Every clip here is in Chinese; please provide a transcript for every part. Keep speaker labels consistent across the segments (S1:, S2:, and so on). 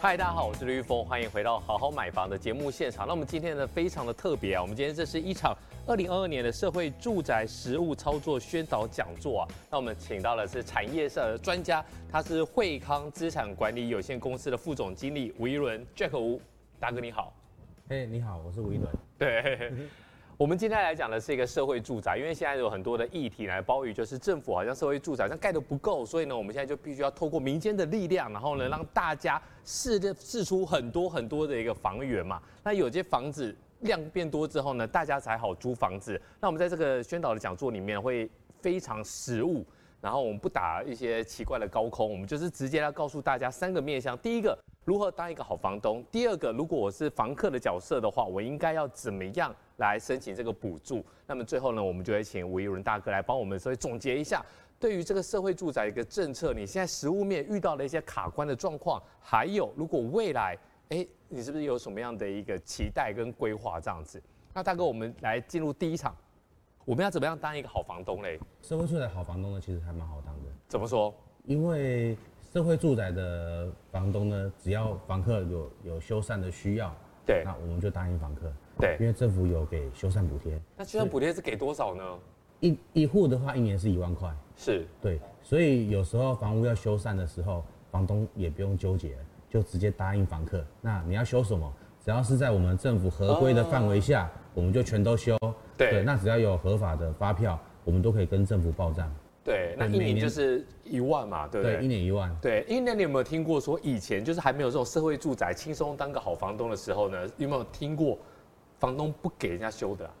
S1: 嗨，大家好，我是绿峰，欢迎回到《好好买房》的节目现场。那我们今天呢，非常的特别啊，我们今天这是一场二零二二年的社会住宅实务操作宣导讲座啊。那我们请到的是产业社的专家，他是惠康资产管理有限公司的副总经理吴一伦 Jack 吴，大哥你好。
S2: 嘿、你好，我是吴一伦。
S1: 对，我们今天来讲的是一个社会住宅，因为现在有很多的议题来包于，就是政府好像社会住宅但盖的不够，所以呢，我们现在就必须要透过民间的力量，然后呢，让大家试着试出很多很多的一个房源嘛。那有些房子量变多之后呢，大家才好租房子。那我们在这个宣导的讲座里面会非常实务。然后我们不打一些奇怪的高空，我们就是直接来告诉大家三个面向：第一个，如何当一个好房东；第二个，如果我是房客的角色的话，我应该要怎么样来申请这个补助？那么最后呢，我们就会请吴一伦大哥来帮我们稍微总结一下，对于这个社会住宅一个政策，你现在实物面遇到了一些卡关的状况，还有如果未来，哎，你是不是有什么样的一个期待跟规划这样子？那大哥，我们来进入第一场，我们要怎么样当一个好房东嘞？
S2: 社会住宅好房东呢，其实还蛮好当的，
S1: 怎么说？
S2: 因为社会住宅的房东呢，只要房客有有修缮的需要，
S1: 对
S2: 那我们就答应房客，
S1: 对
S2: 因为政府有给修缮补贴，
S1: 那居然补贴是给多少呢？
S2: 一一户的话一年是一万块，
S1: 是
S2: 对，所以有时候房屋要修缮的时候，房东也不用纠结，就直接答应房客，那你要修什么，只要是在我们政府合规的范围下，我们就全都修，
S1: 哦对
S2: 那只要有合法的发票，我们都可以跟政府报账，
S1: 对，那一
S2: 每
S1: 年
S2: 年
S1: 就是一万嘛，对不
S2: 对，一
S1: 对？
S2: 年一万。
S1: 对，因为那你有没有听过说以前就是还没有这种社会住宅轻松当个好房东的时候呢？有没有听过房东不给人家修的啊、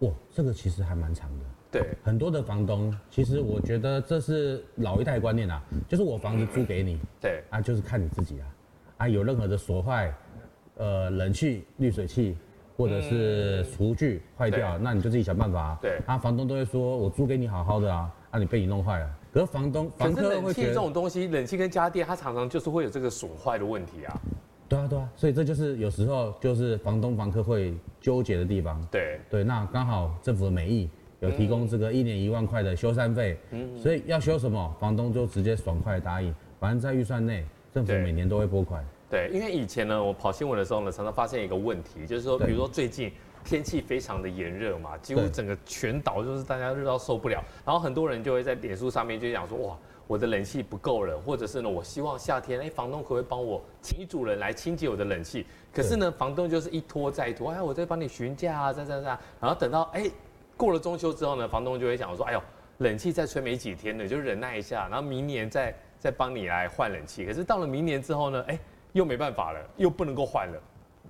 S2: 哇，这个其实还蛮长的。
S1: 对，
S2: 很多的房东，其实我觉得这是老一代观念啊，就是我房子租给你，
S1: 对，
S2: 啊，就是看你自己啊，啊，有任何的锁坏，呃，冷气、滤水器或者是厨具坏掉，那你就自己想办法、啊。
S1: 嗯对
S2: 啊，房东都会说，我租给你好好的啊，啊，你被你弄坏了。可是房东、
S1: 可
S2: 房
S1: 是
S2: 客
S1: 冷
S2: 会
S1: 气这
S2: 觉得，
S1: 种东西，冷气跟家电它常常就是会有这个损坏的问题啊。
S2: 对啊，对啊，所以这就是有时候就是房东、房客会纠结的地方。
S1: 对，
S2: 对，那刚好政府的美意有提供这个一年一万块的修缮费，
S1: 嗯
S2: 所以要修什么，房东就直接爽快地答应，反正在预算内，政府
S1: 对
S2: 每年都会拨款。
S1: 对，因为以前呢，我跑新闻的时候呢，常常发现一个问题，就是说，
S2: 对
S1: 比如说最近天气非常的炎热嘛，几乎
S2: 对
S1: 整个全岛就是大家热到受不了，然后很多人就会在脸书上面就讲说，哇，我的冷气不够了，或者是呢，我希望夏天，哎，房东可不可以帮我请一组人来清洁我的冷气？可是呢，房东就是一拖再拖，哎呀，我再帮你询价啊，这样这样这样，然后等到哎过了中秋之后呢，房东就会讲说，哎呦，冷气再吹没几天了，就忍耐一下，然后明年再再帮你来换冷气。可是到了明年之后呢，哎，又没办法了，又不能够换了，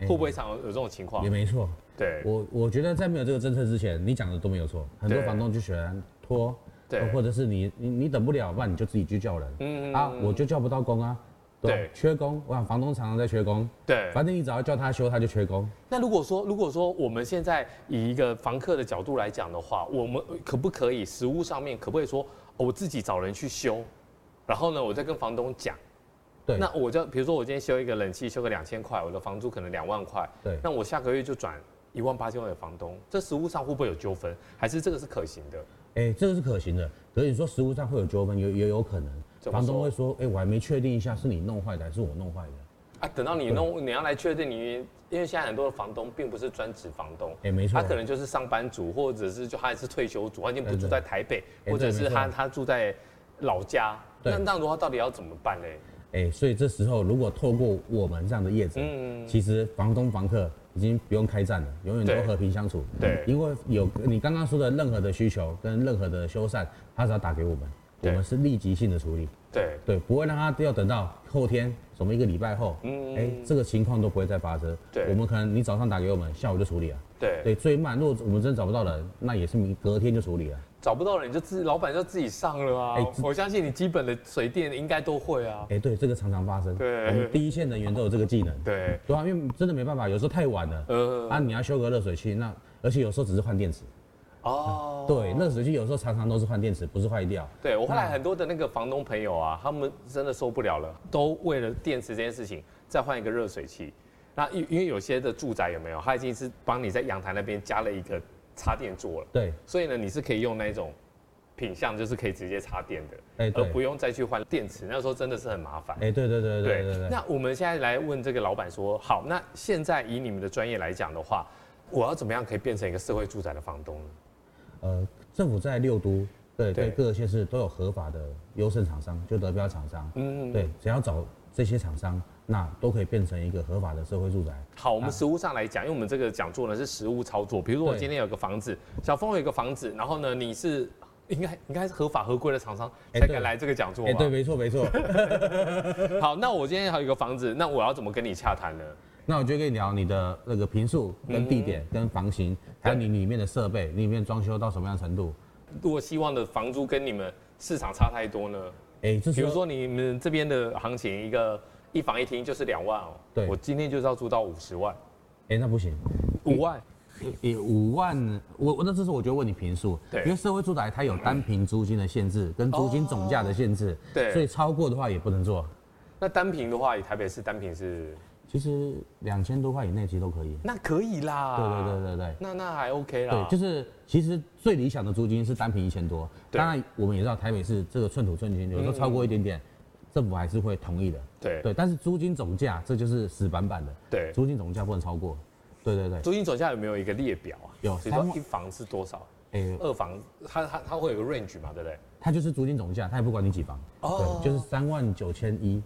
S1: 会不会常有有这种情况
S2: 也？没错，
S1: 对
S2: 哎我我觉得在没有这个政策之前，你讲的都没有错，很多
S1: 对
S2: 房东就喜欢拖，
S1: 对
S2: 呃或者是你你你等不了，那你就自己去叫人，
S1: 嗯
S2: 啊，我就叫不到工啊，啊
S1: 对
S2: 缺工，我想房东常常在缺工，
S1: 对。
S2: 反正你只要叫他修，他就缺工。
S1: 那如果说如果说我们现在以一个房客的角度来讲的话，我们可不可以实物上面可不可以说、哦我自己找人去修，然后呢我再跟房东讲？
S2: 对，
S1: 那我就比如说我今天修一个冷气修个两千块，我的房租可能两万块，
S2: 对
S1: 那我下个月就转一万八千块给房东，这实物上会不会有纠纷？还是这个是可行的？
S2: 哎、这个是可行的。可是你说实物上会有纠纷，有也有可能，
S1: 怎么
S2: 房东
S1: 说
S2: 会说，哎、我还没确定一下是你弄坏的还是我弄坏的。
S1: 啊，等到你弄，你要来确定你，因为现在很多的房东并不是专职房东，
S2: 哎没错
S1: 啊他可能就是上班族，或者是就他也是退休族，他已经不
S2: 对
S1: 住
S2: 对
S1: 在台北，
S2: 哎
S1: 或者
S2: 对
S1: 是
S2: 没错
S1: 他他住在老家，
S2: 对
S1: 那那样的话到底要怎么办嘞？
S2: 哎、所以这时候如果透过我们这样的业
S1: 嗯
S2: 者，其实房东房客已经不用开战了，永远
S1: 对
S2: 都和平相处。
S1: 对
S2: 因为有你刚刚说的任何的需求跟任何的修缮，他只要打给我们，我
S1: 对
S2: 们是立即性的处理，
S1: 对，
S2: 对，不会让他要等到后天什么一个礼拜后，嗯，哎、这个情况都不会再发生。
S1: 对
S2: 我们可能你早上打给我们，下午就处理了。
S1: 对
S2: 对，最慢，如果我们真的找不到人，那也是明隔天就处理了。
S1: 找不到人你就自老板就自己上了啊
S2: 哎自！
S1: 我相信你基本的水电应该都会啊。
S2: 哎、对，这个常常发生。
S1: 对
S2: 我们第一线人员都有这个技能。
S1: 对，
S2: 对啊，因为真的没办法，有时候太晚了。
S1: 呃，
S2: 啊，你要修个热水器，那而且有时候只是换电池。
S1: 哦，
S2: 对，热水器有时候常常都是换电池，不是坏掉。
S1: 对我后
S2: 嗯
S1: 来很多的那个房东朋友啊，他们真的受不了了，都为了电池这件事情再换一个热水器。那因因为有些的住宅有没有，它已经是帮你在阳台那边加了一个插电座了，
S2: 对
S1: 所以呢，你是可以用那种品相就是可以直接插电的，
S2: 哎对
S1: 而呃不用再去换电池。那时候真的是很麻烦。
S2: 哎、对对对对对对对，
S1: 那我们现在来问这个老板说，好，那现在以你们的专业来讲的话，我要怎么样可以变成一个社会住宅的房东呢？
S2: 呃，政府在六都
S1: 对
S2: 对对各个县市都有合法的优胜厂商，就得标厂商，
S1: 嗯，
S2: 对，只要找这些厂商，那都可以变成一个合法的社会住宅。
S1: 好，我们实物上来讲，因为我们这个讲座呢是实物操作。比如说我
S2: 啊对
S1: 今天有个房子，小峰有一个房子，然后呢你是应该应该是合法合规的厂商
S2: 哎
S1: 才
S2: 对
S1: 敢来这个讲座
S2: 哎、
S1: 吧？
S2: 对，没错没错。
S1: 好，那我今天还有一个房子，那我要怎么跟你洽谈呢？
S2: 那我就跟你聊你的那个平数、跟地
S1: 嗯
S2: 点、跟房型，还有你里面的设备，你里面装修到什么样的程度？
S1: 如果希望的房租跟你们市场差太多呢？
S2: 哎、这
S1: 比
S2: 时
S1: 如
S2: 候
S1: 说你们这边的行情，一个一房一厅就是两万哦，
S2: 对
S1: 我今天就是要租到五十万，
S2: 哎、那不行，
S1: 五万，
S2: 你五万，我我那这是我就问你平数，
S1: 对
S2: 因为社会住宅它有单平租金的限制，跟租金总价的限制，
S1: 哦对
S2: 所以超过的话也不能做。
S1: 那单平的话，以台北市单平是
S2: 其实两千多块以内其实都可以。
S1: 那可以啦，
S2: 对对对对对。
S1: 那那还 OK 啦，
S2: 对，就是其实最理想的租金是单平一千多，
S1: 对
S2: 当然我们也知道台北市这个寸土寸金，有时候超过一点点，
S1: 嗯
S2: 政府还是会同意的。
S1: 对
S2: 对，但是租金总价这就是死板板的，
S1: 对
S2: 租金总价不能超过。对对对，
S1: 租金总价有没有一个列表啊？
S2: 有
S1: 比如说
S2: 三万
S1: 一房是多少，
S2: 哎，
S1: 二房它它它会有个 range 嘛，对不对？
S2: 它就是租金总价，它也不管你几房，
S1: 哦
S2: 对，就是三万九千一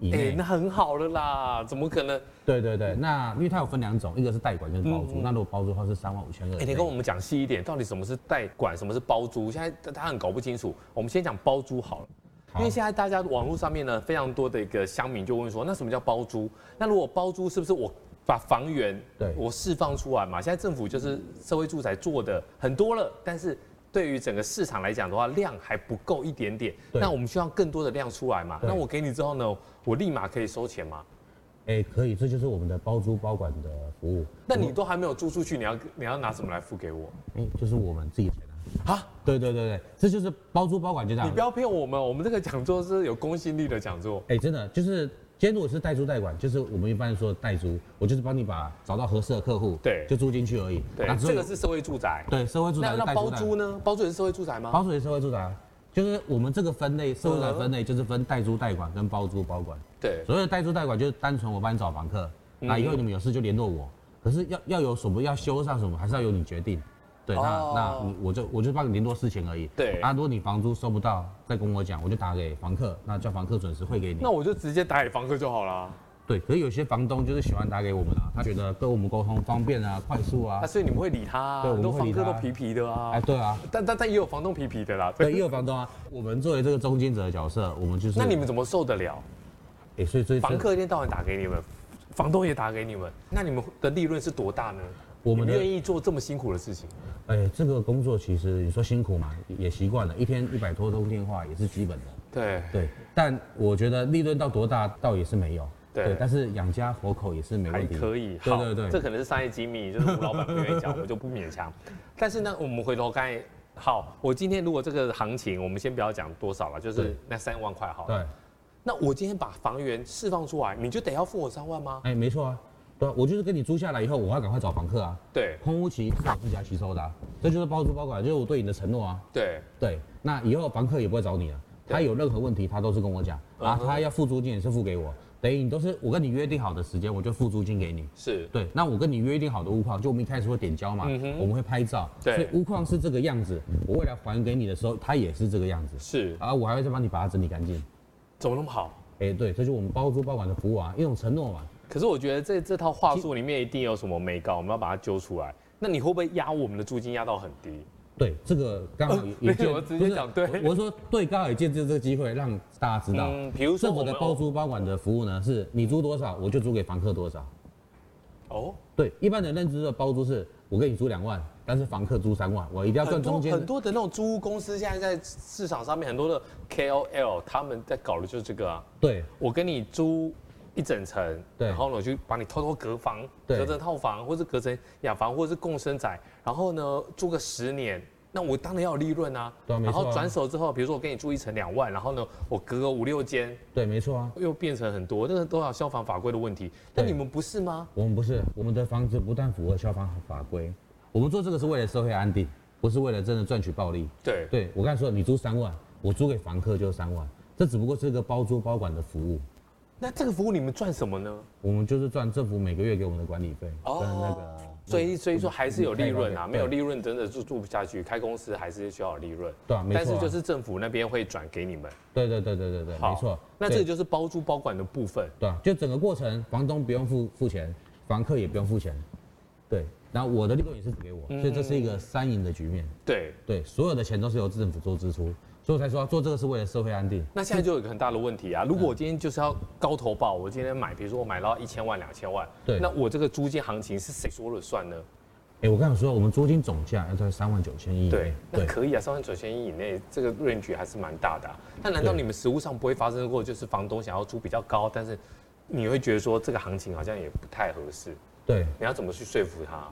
S2: 以
S1: 哎、
S2: 内
S1: 那。很好了啦，怎么可能？
S2: 对对对，那因为它有分两种，一个是代管，一个是包租。那如果包租的话是三万五千二。
S1: 嗯哎、你跟我们讲细一点，到底什么是代管，什么是包租？现在大大家很搞不清楚。我们先讲包租好了，
S2: 好
S1: 因为现在大家网络上面呢，非常多的一个乡民就问说，那什么叫包租？那如果包租是不是我把房源
S2: 对
S1: 我释放出来嘛？现在政府就是社会住宅做的很多了，但是。对于整个市场来讲的话，量还不够一点点，
S2: 对
S1: 那我们需要更多的量出来嘛？
S2: 对
S1: 那我给你之后呢，我立马可以收钱吗？
S2: 哎，可以，这就是我们的包租包管的服务。
S1: 那你都还没有租出去，你要你要拿什么来付给我
S2: 哎，就是我们自己的钱啊。
S1: 啊？
S2: 对对对对，这就是包租包管就这样
S1: 你不。要骗我们，我们这个讲座是有公信力的讲座。
S2: 哎、真的就是，今天如果是代租代管，就是我们一般说的代租，我就是帮你把找到合适的客户，
S1: 对
S2: 就租进去而已。
S1: 对，
S2: 那之后
S1: 这个是社会住宅。
S2: 对社会住
S1: 那
S2: 宅
S1: 那
S2: 的代
S1: 包
S2: 租代
S1: 租呢？包租也是社会住宅吗？
S2: 包租也是社会住宅啊，就是我们这个分类社会住宅
S1: 嗯
S2: 分类就是分代租代管跟包租包管。
S1: 对，
S2: 所谓的代租代管就是单纯我帮你找房客，那以后你们有事就联络我。可是要要有什么要修缮什么，还是要由你决定。对，那、
S1: 哦
S2: 那你我就我就帮你联络事情而已。
S1: 对
S2: 啊，如果你房租收不到，再跟我讲，我就打给房客，那叫房客准时汇给你
S1: 那。我就直接打给房客就好
S2: 啊
S1: 啦。
S2: 对，可是有些房东就是喜欢打给我们啊，他觉得跟我们沟通方便啊、快速啊
S1: 啊，。所以你们会理他啊，
S2: 对我
S1: 很
S2: 们
S1: 多
S2: 会
S1: 房
S2: 理
S1: 客都
S2: 他
S1: 皮皮的
S2: 哎，
S1: 啊。
S2: 对啊，
S1: 但但但也有房东皮皮的啦。
S2: 对，也有房东啊。我们作为这个中间者的角色，我们就是
S1: 那你们怎么受得了？
S2: 哎，所以所以
S1: 房客一天到晚打给你们，房东也打给你们，那你们的利润是多大呢？
S2: 我们
S1: 你
S2: 的
S1: 愿意做这么辛苦的事情？
S2: 哎，这个工作其实你说辛苦嘛，也习惯了，一天一百多通电话也是基本的。
S1: 对，
S2: 对，但我觉得利润到多大倒也是没有。
S1: 对
S2: 但是养家活口也是没
S1: 还
S2: 问题。
S1: 可以，
S2: 对
S1: 好，
S2: 对对。
S1: 这可能是商业机密，就是吴老板不愿 意讲，我就不勉强。但是呢，我们回头看，好，我今天如果这个行情，我们先不要讲多少了，就是
S2: 对
S1: 那三万块好了。
S2: 对，
S1: 那我今天把房源释放出来，你就得要付我三万吗？
S2: 哎，没错啊。对啊，我就是跟你租下来以后，我要赶快找房客啊。
S1: 对
S2: 空屋期是我自己要吸收的、啊，这就是包租包管，就是我对你的承诺啊。
S1: 对
S2: 对，那以后房客也不会找你了，
S1: 对嗯
S2: 他有任何问题他都是跟我讲，啊，他要付租金也是付给我，等于你都是我跟你约定好的时间，我就付租金给你。
S1: 是，
S2: 对，那我跟你约定好的屋况，就我们一开始会点交嘛，我们会拍照，
S1: 嗯对
S2: 所以屋况是这个样子，我未来还给你的时候，它也是这个样子，
S1: 是，
S2: 啊，我还会再帮你把它整理干净。
S1: 怎么那么好？
S2: 哎、对，这就是我们包租包管的服务啊，一种承诺嘛。
S1: 可是我觉得这这套话术里面一定有什么没搞，我们要把它揪出来。那你会不会压我们的租金压到很低？
S2: 对，这个刚好
S1: 哦没有
S2: 也见
S1: 我直接
S2: 不是
S1: 讲对
S2: 我我说对，刚好也借这这个机会让大家知道，
S1: 嗯比如说
S2: 政府
S1: 我们
S2: 的包租包管的服务呢，是你租多少，我就租给房客多少。
S1: 哦，
S2: 对，一般人认知的包租是，我给你租两万，但是房客租三万，我一定要
S1: 很
S2: 赚
S1: 多
S2: 中间
S1: 很
S2: 的。
S1: 多的那种租屋公司现在在市场上面很多的 KOL 他们在搞的就是这个啊。
S2: 对
S1: 我跟你租一整层，
S2: 对
S1: 然后呢，我就把你偷偷隔房，
S2: 对
S1: 隔成套房，或是隔成雅房，或者是共生宅，然后呢租个十年，那我当然要有利润啊。
S2: 对啊没
S1: 然
S2: 错啊
S1: 后转手之后，比如说我跟你租一层两万，然后呢我隔个五六间，
S2: 对，没错啊。
S1: 又变成很多，那个都要消防法规的问题。那
S2: 对
S1: 你们不是吗？
S2: 我们不是，我们的房子不但符合消防法规，我们做这个是为了社会安定。不是为了真的赚取暴利。
S1: 对
S2: 对我刚才说，你租三万，我租给房客就是三万，这只不过是一个包租包管的服务，
S1: 那这个服务你们赚什么呢？
S2: 我们就是赚政府每个月给我们的管理费
S1: 哦
S2: 跟那个。
S1: 所以所以说还是有利润啊，
S2: 对
S1: 没有利润真的是做不下去，开公司还是需要有利润。
S2: 对啊没错啊
S1: 但是就是政府那边会转给你们，
S2: 对对对对对对，
S1: 好
S2: 没错。
S1: 那
S2: 对
S1: 这个就是包租包管的部分。
S2: 对啊，就整个过程，房东不用付付钱，房客也不用付钱，对。然后我的利润也是只给我，
S1: 嗯
S2: 所以这是一个三赢的局面。
S1: 对，
S2: 对，所有的钱都是由政府做支出，所以我才说做这个是为了社会安定。
S1: 那现在就有一个很大的问题啊！如
S2: 嗯
S1: 果我今天就是要高投报，我今天买，比如说我买到一千万、两千万，
S2: 对
S1: 那我这个租金行情是谁说了算呢？
S2: 哎，我刚才说我们租金总价要在三万九千亿以内，
S1: 那
S2: 对，
S1: 可以啊，三万九千一以内，这个 range 还是蛮大的啊、那难道
S2: 对
S1: 你们实物上不会发生过，就是房东想要租比较高，但是你会觉得说这个行情好像也不太合适，
S2: 对，
S1: 你要怎么去说服他？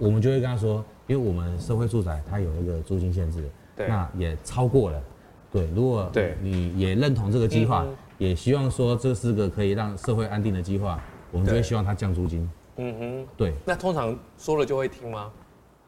S2: 我们就会跟他说，因为我们社会住宅它有那个租金限制，
S1: 对
S2: 那也超过了。对，如果
S1: 对
S2: 你也认同这个计划
S1: 嗯，
S2: 也希望说这是个可以让社会安定的计划，我们就会
S1: 对
S2: 希望它降租金。
S1: 嗯哼，
S2: 对，
S1: 那通常说了就会听吗？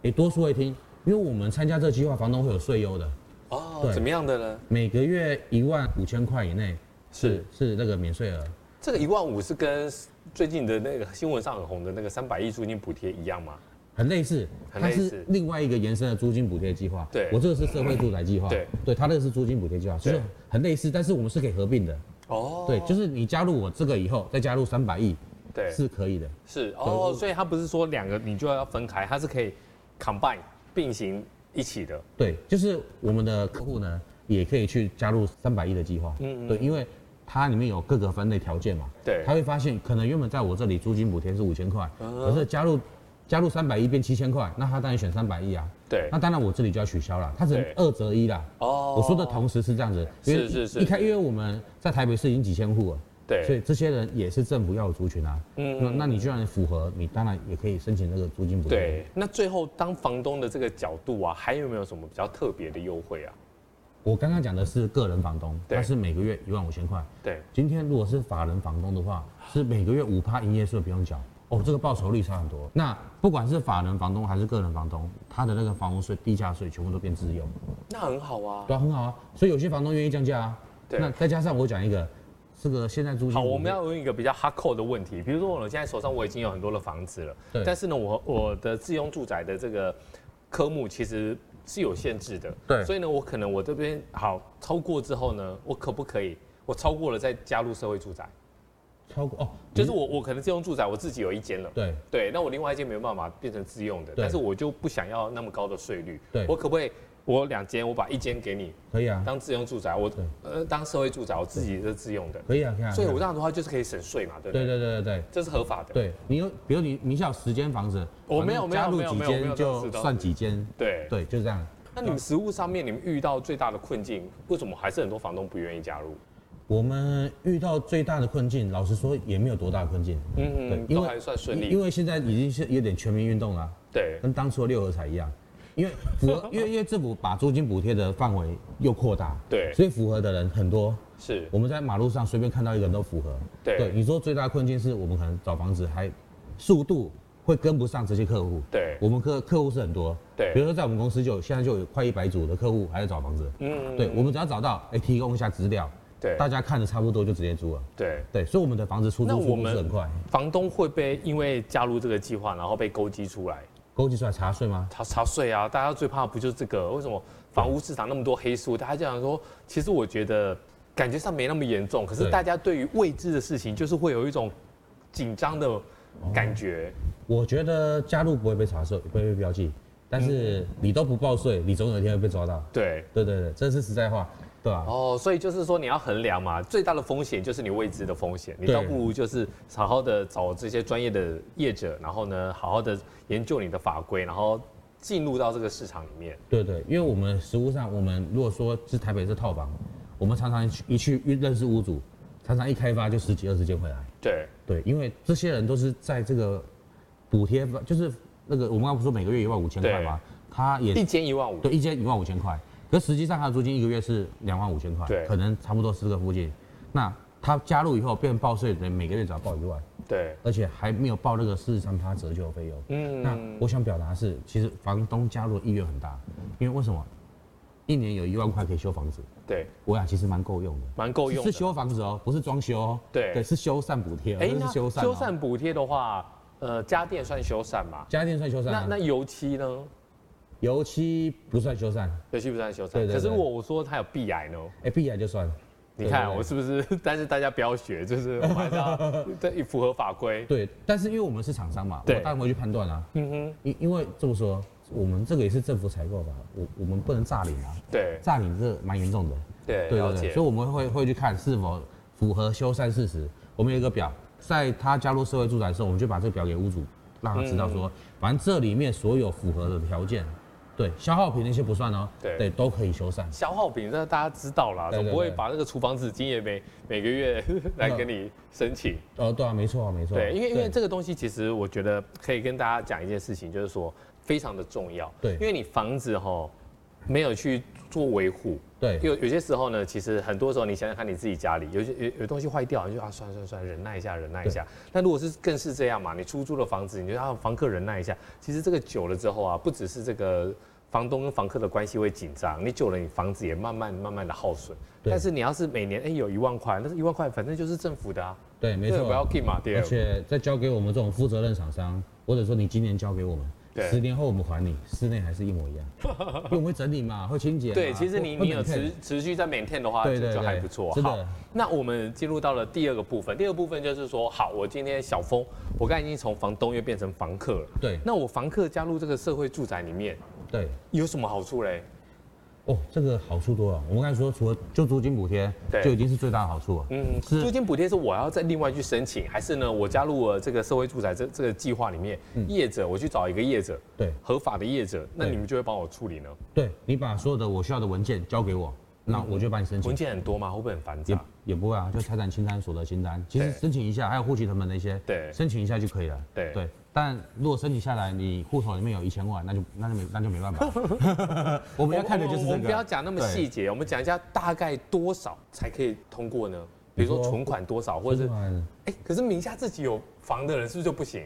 S2: 也多说一听，因为我们参加这个计划，房东会有税优的，
S1: 哦，
S2: 对
S1: 怎么样的呢？
S2: 每个月一万五千块以内是是那个免税额。
S1: 这个一万五是跟最近的那个新闻上很红的那个三百亿租金补贴一样吗？
S2: 很类似，
S1: 很
S2: 它
S1: 类似
S2: 是另外一个延伸的租金补贴计划。
S1: 对
S2: 我这个是社会住宅计划。
S1: 对，
S2: 对，它这个是租金补贴计划，所以很类似，但是我们是可以合并的。
S1: 哦，
S2: 对，就是你加入我这个以后，再加入三百亿
S1: 对，
S2: 是嗯可以的。
S1: 是哦，所以它不是说两个你就要分开，它是可以 combine 并行一起的。
S2: 对，就是我们的客户呢，也可以去加入三百亿的计划。
S1: 嗯嗯
S2: 嗯对，因为它里面有各个分类条件嘛。
S1: 对嗯
S2: 他会发现，可能原本在我这里租金补贴是五千块，可是加入加入三百亿变七千块，那他当然选三百亿啊。
S1: 对
S2: 那，当然我这里就要取消了，它只能
S1: 对
S2: 二择一啦。
S1: 哦
S2: 我说的同时是这样子，因为
S1: 是是是
S2: 一开，因为我们在台北市已经几千户了。所以
S1: 对
S2: 这些人也是政府要的族群啊，
S1: 嗯
S2: 嗯，那那你既然符合，你当然也可以申请那个租金补贴。
S1: 对。那最后当房东的这个角度啊，还有没有什么比较特别的优惠啊？
S2: 我刚刚讲的是个人房东，
S1: 对
S2: 他是每个月一万五千块。
S1: 对，
S2: 今天如果是法人房东的话，是每个月五趴营业税不用缴。哦，这个报酬率差很多。那不管是法人房东还是个人房东，他的那个房屋税、地价税全部都变自由，
S1: 那很好啊。
S2: 对啊，很好啊。所以有些房东愿意降价啊。
S1: 对
S2: 那再加上我讲一个，这个现在租金
S1: 好，我们要问一个比较哈扣的问题，比如说我现在手上我已经有很多的房子了，
S2: 对
S1: 但是呢，我我的自用住宅的这个科目其实是有限制的，
S2: 对
S1: 所以呢，我可能我这边好超过之后呢，我可不可以我超过了再加入社会住宅？
S2: 嗯超过哦，
S1: 就是我我可能自用住宅我自己有一间了。
S2: 对
S1: 对，那我另外一间没有办法变成自用的，
S2: 对
S1: 但是我就不想要那么高的税率。
S2: 对
S1: 我可不可以我两间，我把一间给你
S2: 可以啊，
S1: 当自用住宅，我
S2: 对
S1: 呃当社会住宅，我自己是自用的，
S2: 可以啊，可以啊。
S1: 所以我
S2: 可
S1: 这样的话就是可以省税嘛，对不
S2: 对
S1: 对？
S2: 对对对对
S1: 这是合法的。
S2: 对，你有比如你名下有十间房子，
S1: 我没有
S2: 反正
S1: 没有
S2: 加入
S1: 没有没
S2: 几
S1: 有没有这
S2: 间就
S1: 样子
S2: 算几间，
S1: 对
S2: 对，就这样。
S1: 那你们实物上面你们遇到最大的困境，为什么还是很多房东不愿意加入？
S2: 我们遇到最大的困境，老实说也没有多大的困境，
S1: 嗯，
S2: 因
S1: 都
S2: 为
S1: 还算顺
S2: 因
S1: 利。
S2: 为现嗯在已经是有点全民运动了，
S1: 对
S2: 跟当初的六合彩一样，因为符合， 因为因为政府把租金补贴的范围又扩大，
S1: 对
S2: 所以符合的人很多。
S1: 是，
S2: 我们在马路上随便看到一个人都符合。
S1: 对
S2: 你说最大的困境是我们可能找房子还速度会跟不上这些客户。
S1: 对
S2: 我们客客户是很多。
S1: 对
S2: 比如说在我们公司就有现在就有快一百组的客户还在找房子。
S1: 嗯
S2: 对，我们只要找到，哎、提供一下资料，
S1: 对
S2: 大家看的差不多就直接租了。
S1: 对。
S2: 对，所以我们的房子出
S1: 那
S2: 租
S1: 我
S2: 速度
S1: 们
S2: 是很快。
S1: 房东会被因为加入这个计划，然后被勾稽出来，
S2: 勾稽出来查税吗？
S1: 查查税啊，大家最怕的不就是这个？为什么房屋市场那么多黑数？大家就想说，其实我觉得感觉上没那么严重，可是
S2: 对
S1: 大家对于未知的事情，就是会有一种紧张的感觉。
S2: 我觉得加入不会被查税，不会被标记，但
S1: 嗯
S2: 是你都不报税，你总有一天会被抓到。
S1: 对，
S2: 对对对，这是实在话，对吧、
S1: 哦，所以就是说你要衡量嘛，最大的风险就是你未知的风险，你
S2: 对
S1: 倒不如就是好好的找这些专业的业者，然后呢，好好的研究你的法规，然后进入到这个市场里面。
S2: 对对，因为我们实物上，我们如果说是台北是套房，我们常常去一去认识屋主，常常一开发就十几二十间回来。
S1: 对，
S2: 对，因为这些人都是在这个补贴，就是那个我们刚刚不是说每个月一万五千块吗？他
S1: 一
S2: 也
S1: 间一万五，
S2: 对一间一万五千块，可实际上他的租金一个月是两万五千块
S1: 对，
S2: 可能差不多是这个附近。那它加入以后变报税的人每个月只要报一万，
S1: 对，
S2: 而且还没有报那个四十三趴折旧的费用。
S1: 嗯
S2: 那我想表达的是，其实房东加入的意愿很大，因为为什么？一年有一万块可以修房子，
S1: 对，
S2: 我俩其实蛮够用的。
S1: 蛮够用
S2: 是
S1: 的。
S2: 修房子哦，不是装修哦。
S1: 对
S2: 对，是修缮补贴哦，
S1: 哎，
S2: 不
S1: 那
S2: 是修缮哦。
S1: 修缮补贴的话，呃，家电算修缮嘛？
S2: 家电算修缮
S1: 那
S2: 啊，
S1: 那油漆呢？
S2: 油漆不算修缮，
S1: 油漆不算修
S2: 对
S1: 缮。
S2: 对
S1: 可是
S2: 对
S1: 我我说它有壁癌呢。
S2: 哎，必然就算。
S1: 你看我
S2: 对
S1: 是不是？ 但是大家不要学，就是我们还是 要对符合法规。
S2: 对，但是因为我们是厂商嘛，我
S1: 对
S2: 当然会去判断啊。
S1: 嗯哼，
S2: 因因为这么说，我们这个也是政府采购吧，我我们不能诈领啊，
S1: 对
S2: 诈领这蛮严重的。
S1: 对，
S2: 对
S1: 了
S2: 对
S1: 解
S2: 对，所。以我们会会去看是否符合修缮事实。我们有一个表，在他加入社会住宅的时候，我们就把这个表给屋主，让他知道
S1: 嗯
S2: 说，反正这里面所有符合的条件，对消耗品那些不算哦，
S1: 对
S2: 都可以修缮。
S1: 消耗品，那大家知道啦，
S2: 对对
S1: 总不会
S2: 对
S1: 把那个厨房纸巾也每 每个月来跟你申请。
S2: 哦，对啊，没错啊，没错啊。
S1: 对，因为因为这个东西，其实我觉得可以跟大家讲一件事情，就是说非常的重要。
S2: 对
S1: 因为你房子哈没有去做维护，
S2: 对
S1: 有有些时候呢，其实很多时候你想想看你自己家里有些有有东西坏掉，你就啊算了算了算了，忍耐一下忍耐一下。那如果是更是这样嘛，你出租的房子，你就让房客忍耐一下。其实这个久了之后啊，不只是这个房东跟房客的关系会紧张，你久了你房子也慢慢慢慢的耗损。
S2: 对
S1: 但是你要是每年哎、有一万块，那是一万块反正就是政府的啊，
S2: 对，没错
S1: 不要
S2: 啊。
S1: 给嘛，对
S2: 而。且再交给我们这种负责任厂商，或者说你今年交给我们
S1: 对，
S2: 十年后我们还你，室内还是一模一样， 因为我们会整理嘛，会清洁嘛。
S1: 对，其实你
S2: 会
S1: 你有，
S2: 会
S1: 持
S2: maintain
S1: 持续在 maintain 的话，
S2: 对
S1: 就
S2: 对
S1: 就
S2: 对
S1: 还不错。
S2: 真的
S1: 好，那我们进入到了第二个部分，第二个部分就是说，好，我今天小峰，我刚才已经从房东又变成房客了。
S2: 对
S1: 那我房客加入这个社会住宅里面
S2: 对。
S1: 有什么好处嘞？
S2: 哦，这个好处多了。我们刚才说，除了就租金补贴，
S1: 对
S2: 就已经是最大的好处了。
S1: 嗯，
S2: 是
S1: 租金补贴是我要再另外去申请，还是呢，我加入了这个社会住宅这这个计划里面，业者我去找一个业者，
S2: 对
S1: 合法的业者，那
S2: 嗯对嗯
S1: 你们就会帮我处理呢？
S2: 对，你把所有的我需要的文件交给我，那我就帮你申请
S1: 文。件很多吗？会不会很繁
S2: 也
S1: 杂？
S2: 也不会啊，就财产清单、所得清单，其实
S1: 对
S2: 申请一下，还有户籍成本那些，
S1: 对
S2: 申请一下就可以了。
S1: 对
S2: 对，但如果申请下来，你户头里面有一千万，那就那就没那就没办法。 我们要看的就是
S1: 我我
S2: 这个。
S1: 们不要讲那么细
S2: 对，
S1: 节，我们讲一下大概多少才可以通过呢？比如说
S2: 你说
S1: 存款多少，或者是
S2: 不然
S1: 哎，可是名下自己有房的人是不是就不行？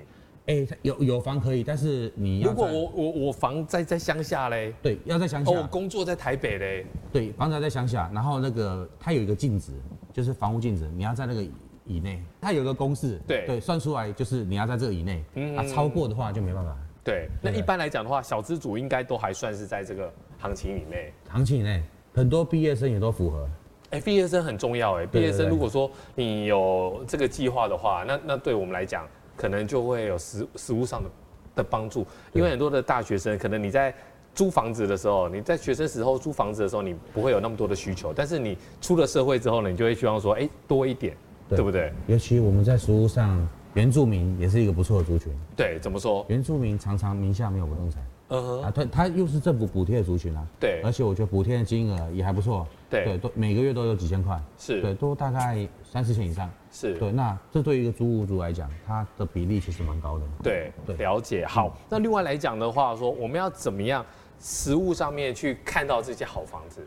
S2: 哎，它有有房可以，但是你要
S1: 如果
S2: 在
S1: 我我我房在在乡下嘞，
S2: 对要再想
S1: 哦，我
S2: 想，
S1: 工作在台北嘞，
S2: 对房子要再想想，然后那个它有一个净值，就是房屋净值，你要在那个以以内，它有一个公式，
S1: 对嗯
S2: 对，算出来就是你要在这个以内，啊，超过的话就没办法，
S1: 对，那
S2: 对
S1: 一般来讲的话，小资主应该都还算是在这个行情里面。
S2: 行情以内，很多毕业生也都符合。
S1: 哎，毕业生很重要哎，毕
S2: 对
S1: 业生
S2: 对
S1: 如果说你有这个计划的话，那那对我们来讲，可能就会有实实物上的的帮助，因为很多的大学生，可能你在租房子的时候，你在学生时候租房子的时候，你不会有那么多的需求，但是你出了社会之后呢，你就会希望说，哎，多一点，
S2: 对
S1: 对不对？
S2: 尤其我们在食物上，原住民也是一个不错的族群。
S1: 对，怎么说？
S2: 原住民常常名下没有不动产
S1: 嗯哼，
S2: 啊，他他又是政府补贴的族群啊。
S1: 对
S2: 而且我觉得补贴的金额也还不错。
S1: 对
S2: 对，都每个月都有几千块。
S1: 是
S2: 对，都大概三四千以上。
S1: 是。
S2: 对，那这对于一个租屋族来讲，它的比例其实蛮高的。
S1: 对，
S2: 对嗯
S1: 了解。好，那另外来讲的话说我们要怎么样实物上面去看到这些好房子？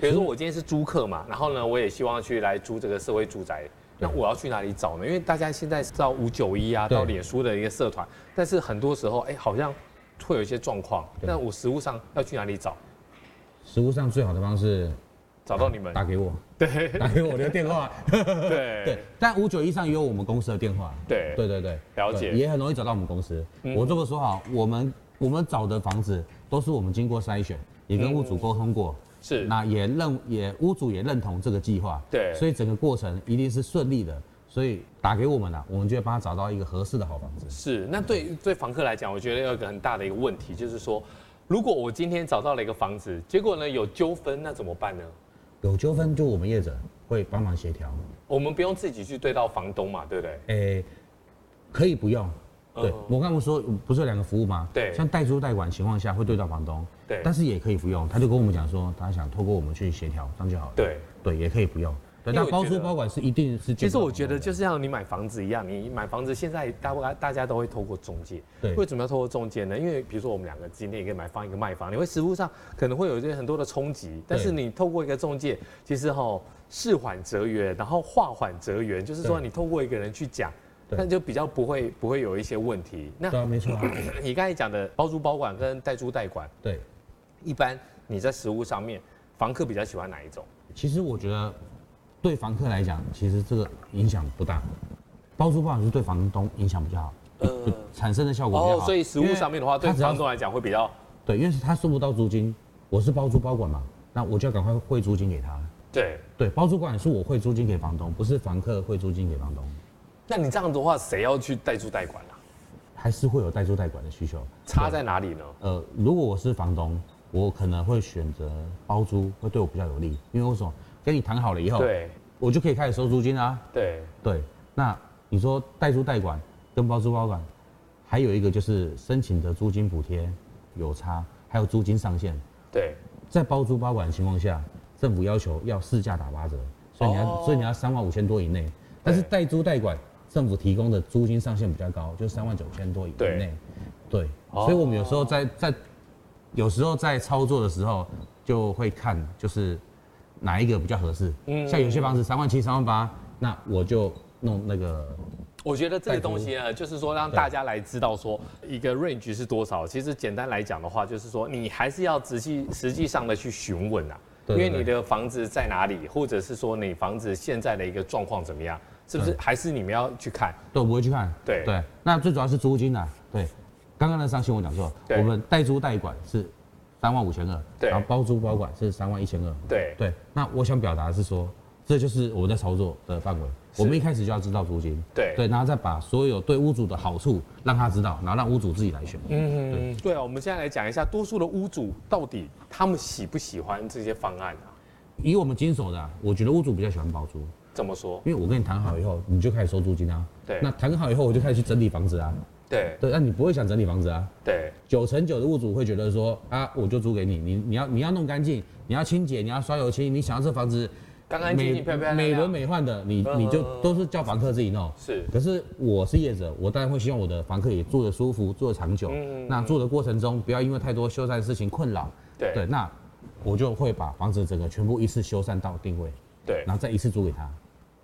S1: 比如说我今天是租客嘛，然后呢，我也希望去来租这个社会住宅。那我要去哪里找呢？因为大家现在到五九一啊，
S2: 对
S1: 到脸书的一个社团，但是很多时候，哎、好像会有一些状况。
S2: 对
S1: 那我实物上要去哪里找？
S2: 食物上最好的方式，
S1: 找到你们？
S2: 打给我。对，打给我的电话。对
S1: 对，
S2: 但五九一上也有我们公司的电话。
S1: 对
S2: 对对对，
S1: 了解嗯
S2: 对也很容易找到我们公司。我这么说哈，我们我们找的房子都是我们经过筛选，也跟屋主沟通过，
S1: 是
S2: 那也认也屋主也认同这个计划，
S1: 嗯对
S2: 所以整个过程一定是顺利的。所以打给我们了，我们就会帮他找到一个合适的好房子。
S1: 是，那对对房客来讲，我觉得有一个很大的一个问题，就是说，如果我今天找到了一个房子，结果呢有纠纷，那怎么办呢？
S2: 有纠纷就我们业者会帮忙协调，
S1: 我们不用自己去对到房东嘛，对不对？
S2: 诶、可以不用。对，
S1: 嗯
S2: 我刚刚说不是有两个服务吗？
S1: 对
S2: 像代租代管情况下会对到房东，
S1: 对
S2: 但是也可以不用。他就跟我们讲说，他想透过我们去协调，这样就好了。
S1: 对，
S2: 对，也可以不用。对，
S1: 因为
S2: 但
S1: 我
S2: 包
S1: 觉
S2: 租
S1: 得
S2: 包管是一定是。
S1: 其实我觉得就是像你买房子一样，你买房子现在大家大家都会透过中介。
S2: 对
S1: 为什么要透过中介呢？因为比如说我们两个今天一个买房一个卖房，你会实物上可能会有一些很多的冲击，但是你透过一个中介，其实哈、事缓则圆，然后话缓则圆，就是说
S2: 对
S1: 你透过一个人去讲，
S2: 对
S1: 那就比较不会不会有一些问题。那
S2: 对啊，没错啊，
S1: 你刚才讲的包租包管跟代租代管，
S2: 对。
S1: 一般你在实物上面，房客比较喜欢哪一种？
S2: 其实我觉得，对房客来讲，其实这个影响不大。包租包管是对房东影响比较好，
S1: 呃，
S2: 产生的效果比较
S1: 哦
S2: 好。，
S1: 所以实物上面的话，
S2: 啊因为
S1: 对
S2: 他只要
S1: 房东来讲会比较
S2: 对，因为他收不到租金，我是包租包管嘛，那我就要赶快汇租金给他。
S1: 对。
S2: 对，包租管是我汇租金给房东，不是房客汇租金给房东，
S1: 那你这样的话，谁要去代租代管啊？
S2: 还是会有代租代管的需求。
S1: 差在哪里呢？
S2: 呃，如果我是房东，我可能会选择包租，会对我比较有利，因为为什么？跟你谈好了以后，
S1: 对哦
S2: 我就可以开始收租金啦、啊。
S1: 对，
S2: 对，那你说代租代管跟包租包管，还有一个就是申请的租金补贴有差，还有租金上限。
S1: 对，
S2: 在包租包管的情况下，政府要求要市价打八折，所以你要、
S1: 哦
S2: 所以你要三万五千多以内。但是
S1: 对
S2: 代租代管，政府提供的租金上限比较高，就三万九千多以
S1: 对
S2: 内。对，
S1: 哦
S2: 所以我们有时候在在有时候在操作的时候就会看就是哪一个比较合适。
S1: 嗯
S2: 像有些房子三万七、三万八，那我就弄那个
S1: 我觉得这
S2: 代
S1: 个
S2: 租
S1: 东西呢，就是说让大家来知道说一个 range 是多少。其实简单来讲的话，就是说你还是要仔细实际上的去询问啊，
S2: 对
S1: 因为
S2: 对
S1: 你的房子在哪里，或者是说你房子现在的一个状况怎么样，是不是？还是你们要去看？
S2: 对，我不会去看。
S1: 对
S2: 对，那最主要是租金啊。对，刚刚那上新闻讲说，
S1: 对
S2: 我们代租代管是三万五千二，
S1: 对
S2: 然后包租包管是三万一千二。
S1: 对
S2: 对，那我想表达的是说，这就是我们在操作的范围。我们一开始就要知道租金，
S1: 对
S2: 对，然后再把所有对屋主的好处让他知道，然后让屋主自己来选。
S1: 嗯，对啊。我们现在来讲一下，多数的屋主到底他们喜不喜欢这些方案啊？
S2: 以我们经手的啊、我觉得屋主比较喜欢包租，
S1: 怎么说？
S2: 因为我跟你谈好以后，你就开始收租金啊。
S1: 对
S2: 那谈好以后，我就开始去整理房子啊。
S1: 对
S2: 对，那你不会想整理房子啊？
S1: 对
S2: 九成九的屋主会觉得说啊，我就租给你，你你要你要弄干净，你要清洁，你要刷油漆，你想要这房子
S1: 干干净净漂漂亮亮
S2: 美轮美奂的，你
S1: 嗯
S2: 你就
S1: 嗯嗯
S2: 都是叫房客自己弄。
S1: 是
S2: 可是我是业者，我当然会希望我的房客也住得舒服，住得长久。
S1: 嗯嗯嗯
S2: 那住的过程中，不要因为太多修缮的事情困扰。
S1: 对
S2: 对，那我就会把房子整个全部一次修缮到定位，
S1: 对。
S2: 然后再一次租给他。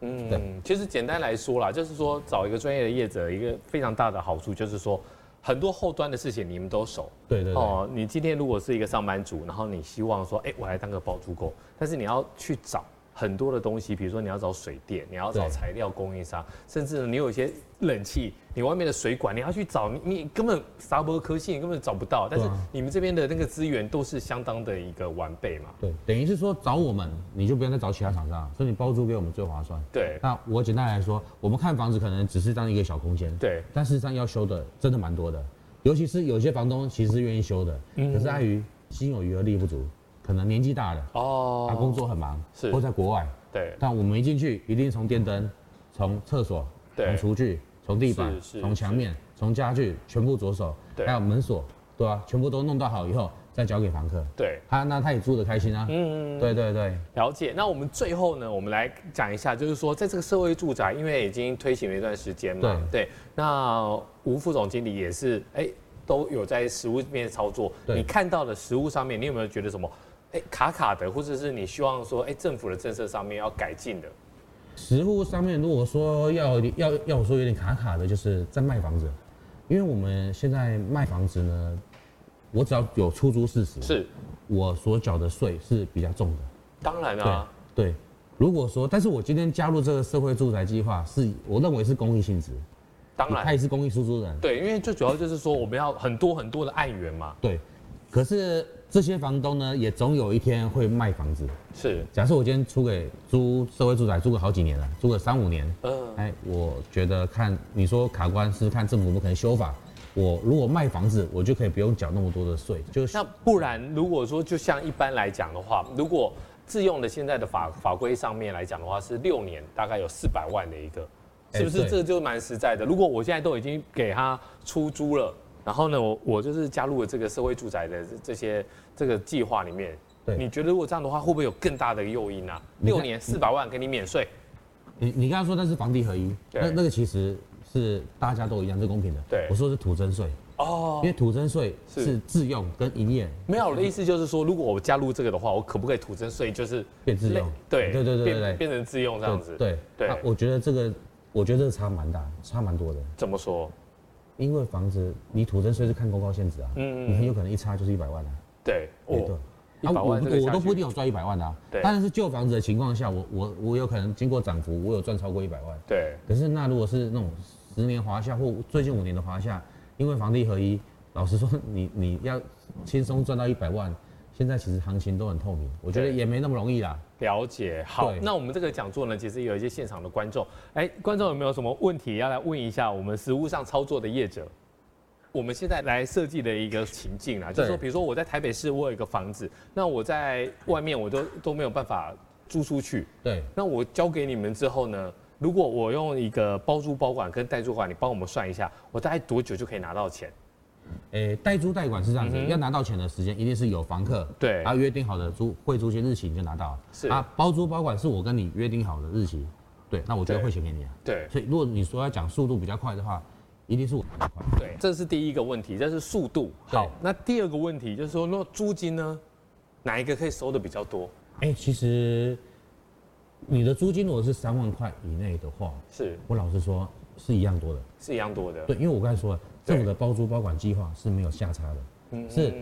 S1: 嗯，其实简单来说啦，就是说找一个专业的业者，一个非常大的好处就是说，很多后端的事情你们都熟。
S2: 对对对。
S1: 哦，你今天如果是一个上班族，然后你希望说，哎、我来当个包租公，但是你要去找很多的东西，比如说你要找水电，你要找
S2: 对
S1: 材料供应商，甚至呢你有一些冷气，你外面的水管你要去找，你你根本啥不科技，你根本找不到。但是
S2: 对啊
S1: 你们这边的那个资源都是相当的一个完备嘛。
S2: 对，等于是说找我们，你就不用再找其他厂商，所以你包租给我们最划算。
S1: 对
S2: 那我简单来说，我们看房子可能只是当一个小空间，
S1: 对
S2: 但事实上要修的真的蛮多的，尤其是有些房东其实是愿意修的，
S1: 嗯
S2: 可是碍于心有余而力不足，可能年纪大了，他
S1: 哦，
S2: 工作很忙，
S1: 是
S2: 或在国外，
S1: 对
S2: 但我们一进去一定从电灯、从厕所、
S1: 对
S2: 从厨具、从地板
S1: 是、是
S2: 从墙面、从家具全部着手，
S1: 对
S2: 还有门锁，对啊，全部都弄到好以后再交给房客，
S1: 对。
S2: 他那他也住得开心啊，嗯，对对对。
S1: 了解。那我们最后呢，我们来讲一下，就是说，在这个社会住宅，因为已经推行了一段时间嘛，对。那吴副总经理也是，哎、都有在实物面操作。
S2: 对
S1: 你看到的实物上面，你有没有觉得什么？哎、卡卡的，或者是你希望说，哎、政府的政策上面要改进的，
S2: 实物上面，如果说要有点要要我说有点卡卡的，就是在卖房子，因为我们现在卖房子呢，我只要有出租事实，
S1: 是，
S2: 我所缴的税是比较重的。
S1: 当然啊，
S2: 对，如果说，但是我今天加入这个社会住宅计划，是我认为是公益性质，
S1: 当
S2: 它
S1: 然，
S2: 也是公益出租人。
S1: 对，因为最主要就是说，我们要很多很多的案源嘛，
S2: 对，可是这些房东呢，也总有一天会卖房子。
S1: 是，
S2: 假设我今天租给租社会住宅，租个好几年了，租个三五年，
S1: 嗯、
S2: 哎，我觉得看你说卡关是看政府不可能修法，我如果卖房子，我就可以不用缴那么多的税，就是
S1: 那不然，如果说就像一般来讲的话，如果自用的现在的法法规上面来讲的话，是六年，大概有四百万的一个，
S2: 哎
S1: 是不是？
S2: 对
S1: 这就蛮实在的。如果我现在都已经给他出租了，然后呢，我我就是加入了这个社会住宅的这这些这个计划里面，
S2: 对
S1: 你觉得如果这样的话，会不会有更大的诱因啊？
S2: 你看
S1: 六年四百万给你免税，
S2: 你你刚刚说那是房地合一，
S1: 对
S2: 那那个其实是大家都一样，是公平的。
S1: 对
S2: 我说的是土增税，
S1: 哦
S2: 因，为土增税
S1: 是
S2: 是自用跟营业
S1: 没有，我的意思就是说，如果我加入这个的话，我可不可以土增税就是
S2: 变自用。
S1: 对
S2: 对对对对
S1: 变
S2: 对，
S1: 变成自用这样子？，
S2: 对
S1: 对
S2: 啊我觉得这个，我觉得这个差蛮大，差蛮多的。
S1: 怎么说？
S2: 因为房子你土增税是看公告限制啊，
S1: 嗯
S2: 你很有可能一差就是一百万啊。
S1: 对，
S2: 对对
S1: 哦，。
S2: 啊，
S1: 100万
S2: 我
S1: 这个
S2: 不我
S1: 下
S2: 都
S1: 去
S2: 不一定有赚一百万的、啊，
S1: 对
S2: 当然是旧房子的情况下，我我我有可能经过涨幅，我有赚超过一百万。
S1: 对，
S2: 可是那如果是那种十年华夏或最近五年的华夏，因为房地合一，老实说，你你要轻松赚到一百万，现在其实行情都很透明，我觉得
S1: 对
S2: 也没那么容易啦。
S1: 了解。好
S2: 对，
S1: 那我们这个讲座呢，其实有一些现场的观众，哎，观众有没有什么问题要来问一下我们实物上操作的业者？我们现在来设计的一个情境啊，就是说，
S2: 对
S1: 比如说我在台北市，我有一个房子，那我在外面我都都没有办法租出去，
S2: 对，
S1: 那我交给你们之后呢，如果我用一个包租包管跟代租管，你帮我们算一下，我大概多久就可以拿到钱？
S2: 诶、代租代管是这样子，
S1: 嗯哼
S2: 要拿到钱的时间一定是有房客
S1: 对
S2: 啊约定好的租会租金日期你就拿到了，
S1: 是
S2: 啊包租包管是我跟你约定好的日期，对，那我就
S1: 对
S2: 会写给你啊。
S1: 对
S2: 所以如果你说要讲速度比较快的话，一定是我比较快。
S1: 对，这是第一个问题，这是速度。
S2: 对
S1: 好，那第二个问题就是说，那租金呢，哪一个可以收的比较多？
S2: 哎、其实你的租金如果是三万块以内的话，
S1: 是
S2: 我老实说是一样多的。
S1: 是一样多的。
S2: 对，因为我刚才说了，政府的包租包管计划是没有下差
S1: 嗯
S2: 的，是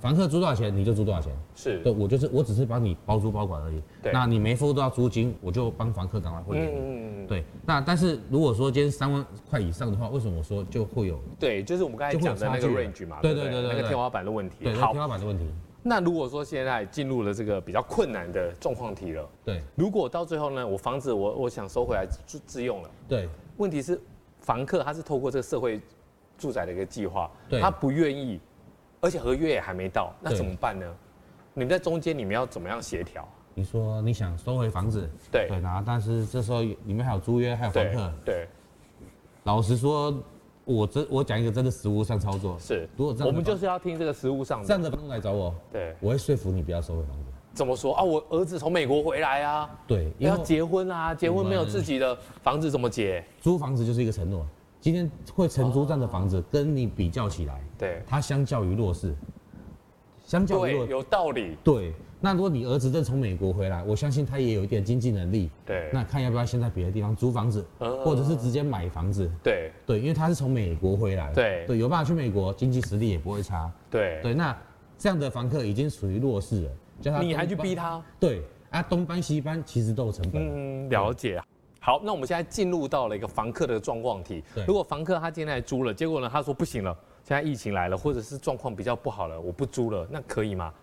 S2: 房客租多少钱你就租多少钱。
S1: 是
S2: 对，我就是我只是帮你包租包管而已。
S1: 对
S2: 那你没付到租金，我就帮房客赶快汇给你。
S1: 嗯，
S2: 对，那但是如果说今天三万块以上的话，为什么我说就会有
S1: 对，就是我们刚才
S2: 就会有
S1: 讲的那
S2: 差
S1: 个
S2: 距
S1: range 嘛，
S2: 对
S1: 不
S2: 对对对
S1: 那个
S2: 对
S1: 天花板的问题。
S2: 对那
S1: 好
S2: 天，花板的问题？
S1: 那如果说现在进入了这个比较困难的状况题了，
S2: 对
S1: 如果到最后呢，我房子我我想收回来自自用了，
S2: 对
S1: 问题是，房客他是透过这个社会住宅的一个计划，
S2: 对
S1: 他不愿意，而且合约也还没到，那
S2: 对
S1: 怎么办呢？你们在中间你们要怎么样协调？
S2: 你说你想收回房子，
S1: 对
S2: 对，然后但是这时候里面还有租约，还有房
S1: 对
S2: 客，
S1: 对
S2: 老实说，我真我讲一个真的实物上操作，
S1: 是，
S2: 如果这样的
S1: 我们
S2: 话
S1: 就是要听这个实物上
S2: 这样
S1: 的，
S2: 的房东来找我，
S1: 对，
S2: 我会说服你不要收回房子。
S1: 怎么说啊？我儿子从美国回来啊，
S2: 对，因
S1: 要
S2: 为
S1: 结婚啊，结婚没有自己的房子怎么结？
S2: 租房子就是一个承诺，今天会承租这样的房子，跟你比较起来，
S1: 对
S2: 它相较于弱势，相较于
S1: 对
S2: 弱，
S1: 有道理，
S2: 对。那如果你儿子正从美国回来，我相信他也有一点经济能力，
S1: 对
S2: 那看要不要先在别的地方租房子，
S1: 嗯
S2: 或者是直接买房子。
S1: 对
S2: 对，因为他是从美国回来，
S1: 对
S2: 对，有办法去美国，经济实力也不会差。
S1: 对，
S2: 对，那这样的房客已经属于弱势了，叫他
S1: 你还
S2: 东
S1: 去
S2: 搬
S1: 逼他？
S2: 对啊，东搬西搬其实都有成本。
S1: 嗯，了解。好，那我们现在进入到了一个房客的状况题
S2: 对。
S1: 如果房客他今天来租了，结果呢，他说不行了，现在疫情来了，或者是状况比较不好了，我不租了，那可以吗？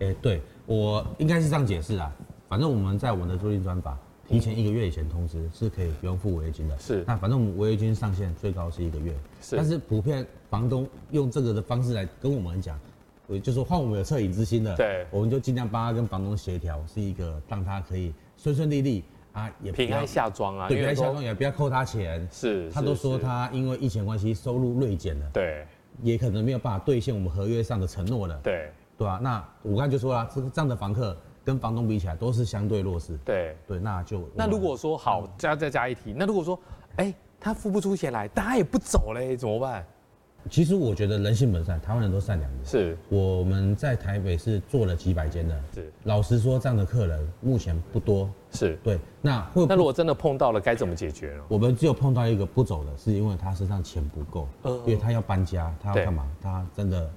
S2: 哎、对我应该是这样解释啊。反正我们在我们的租赁专法提前一个月以前通知是可以不用付违约金的。
S1: 嗯是
S2: 那反正我们违约金上限最高是一个月。
S1: 是
S2: 但是普遍房东用这个的方式来跟我们讲，我就说换我们有恻隐之心的，
S1: 对
S2: 我们就尽量帮他跟房东协调，是一个让他可以顺顺利利啊，也不要
S1: 平安下庄啊，
S2: 对，不要
S1: 很多
S2: 下庄也不要扣他钱。
S1: 是，
S2: 他都
S1: 是是
S2: 说他因为疫情关系收入锐减了。
S1: 对
S2: 也可能没有办法兑现我们合约上的承诺了，
S1: 对
S2: 对吧、那我刚才就说了，这个这样的房客跟房东比起来都是相对弱势，
S1: 对。
S2: 对，那就
S1: 那如果说好，
S2: 嗯
S1: 加再加一题，那如果说，哎，他付不出钱来，但他也不走嘞，怎么办？
S2: 其实我觉得人性本善，台湾人都善良的，
S1: 是
S2: 我们在台北是做了几百间的，
S1: 是
S2: 老实说，这样的客人目前不多，
S1: 是。
S2: 对，那会
S1: 那如果真的碰到了，该怎么解决呢？
S2: 我们只有碰到一个不走的，是因为他身上钱不够，
S1: 嗯
S2: 因为他要搬家，他
S1: 对
S2: 要干嘛，他真的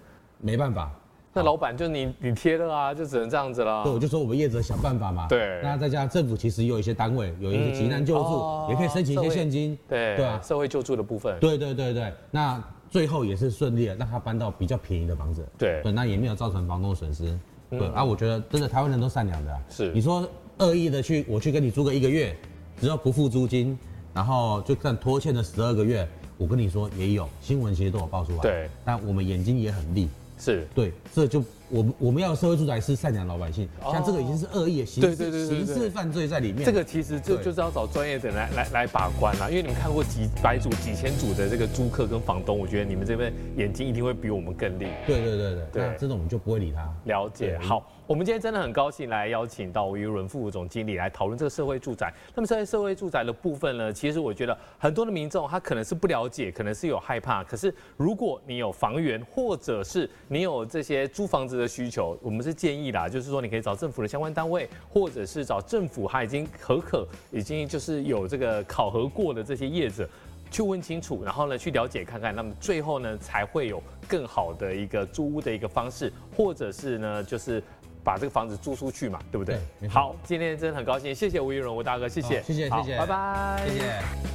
S2: 没办法，
S1: 那老板就你你贴了啊，就只能这样子啦
S2: 对，。我就说我们业者想办法嘛。
S1: 对
S2: 那再加上政府其实也有一些单位有一些急难救助，
S1: 嗯哦
S2: 也可以申请一些现金。
S1: 对
S2: 对啊，
S1: 社会救助的部分。
S2: 对对对对。那最后也是顺利的让他搬到比较便宜的房子。
S1: 对
S2: 对，那也没有造成房东损失。对啊，我觉得真的台湾人都善良的啊、
S1: 嗯是
S2: 你说恶意的去我去跟你租个一个月，只要不付租金，然后就算拖欠了十二个月，我跟你说也有新闻其实都有爆出来。
S1: 对，
S2: 但我们眼睛也很利。
S1: 是
S2: 对，这就我们我们要的社会住宅是善良老百姓，像这个已经是恶意的刑
S1: 哦对
S2: 事
S1: 对对对对
S2: 刑事犯罪在里面。
S1: 这个其实就
S2: 对
S1: 就是要找专业的人来来来把关啦，因为你们看过几百组、几千组的这个租客跟房东，我觉得你们这边眼睛一定会比我们更利。
S2: 对对对对，
S1: 对
S2: 那这种我们就不会理他。
S1: 了解，
S2: 对
S1: 好，我们今天真的很高兴来邀请到于伦副总经理来讨论这个社会住宅。那么在社会住宅的部分呢，其实我觉得很多的民众他可能是不了解，可能是有害怕。可是如果你有房源，或者是你有这些租房子的需求，我们是建议啦，就是说你可以找政府的相关单位，或者是找政府他已经合可，已经就是有这个考核过的这些业者。去问清楚，然后呢去了解看看，那么最后呢才会有更好的一个租屋的一个方式，或者是呢就是把这个房子租出去嘛，对不对？
S2: 对没错
S1: 好，今天真的很高兴，谢谢吴玉荣吴大哥，谢谢，
S2: 好谢谢
S1: 好
S2: 谢谢
S1: 拜拜，
S2: 谢谢。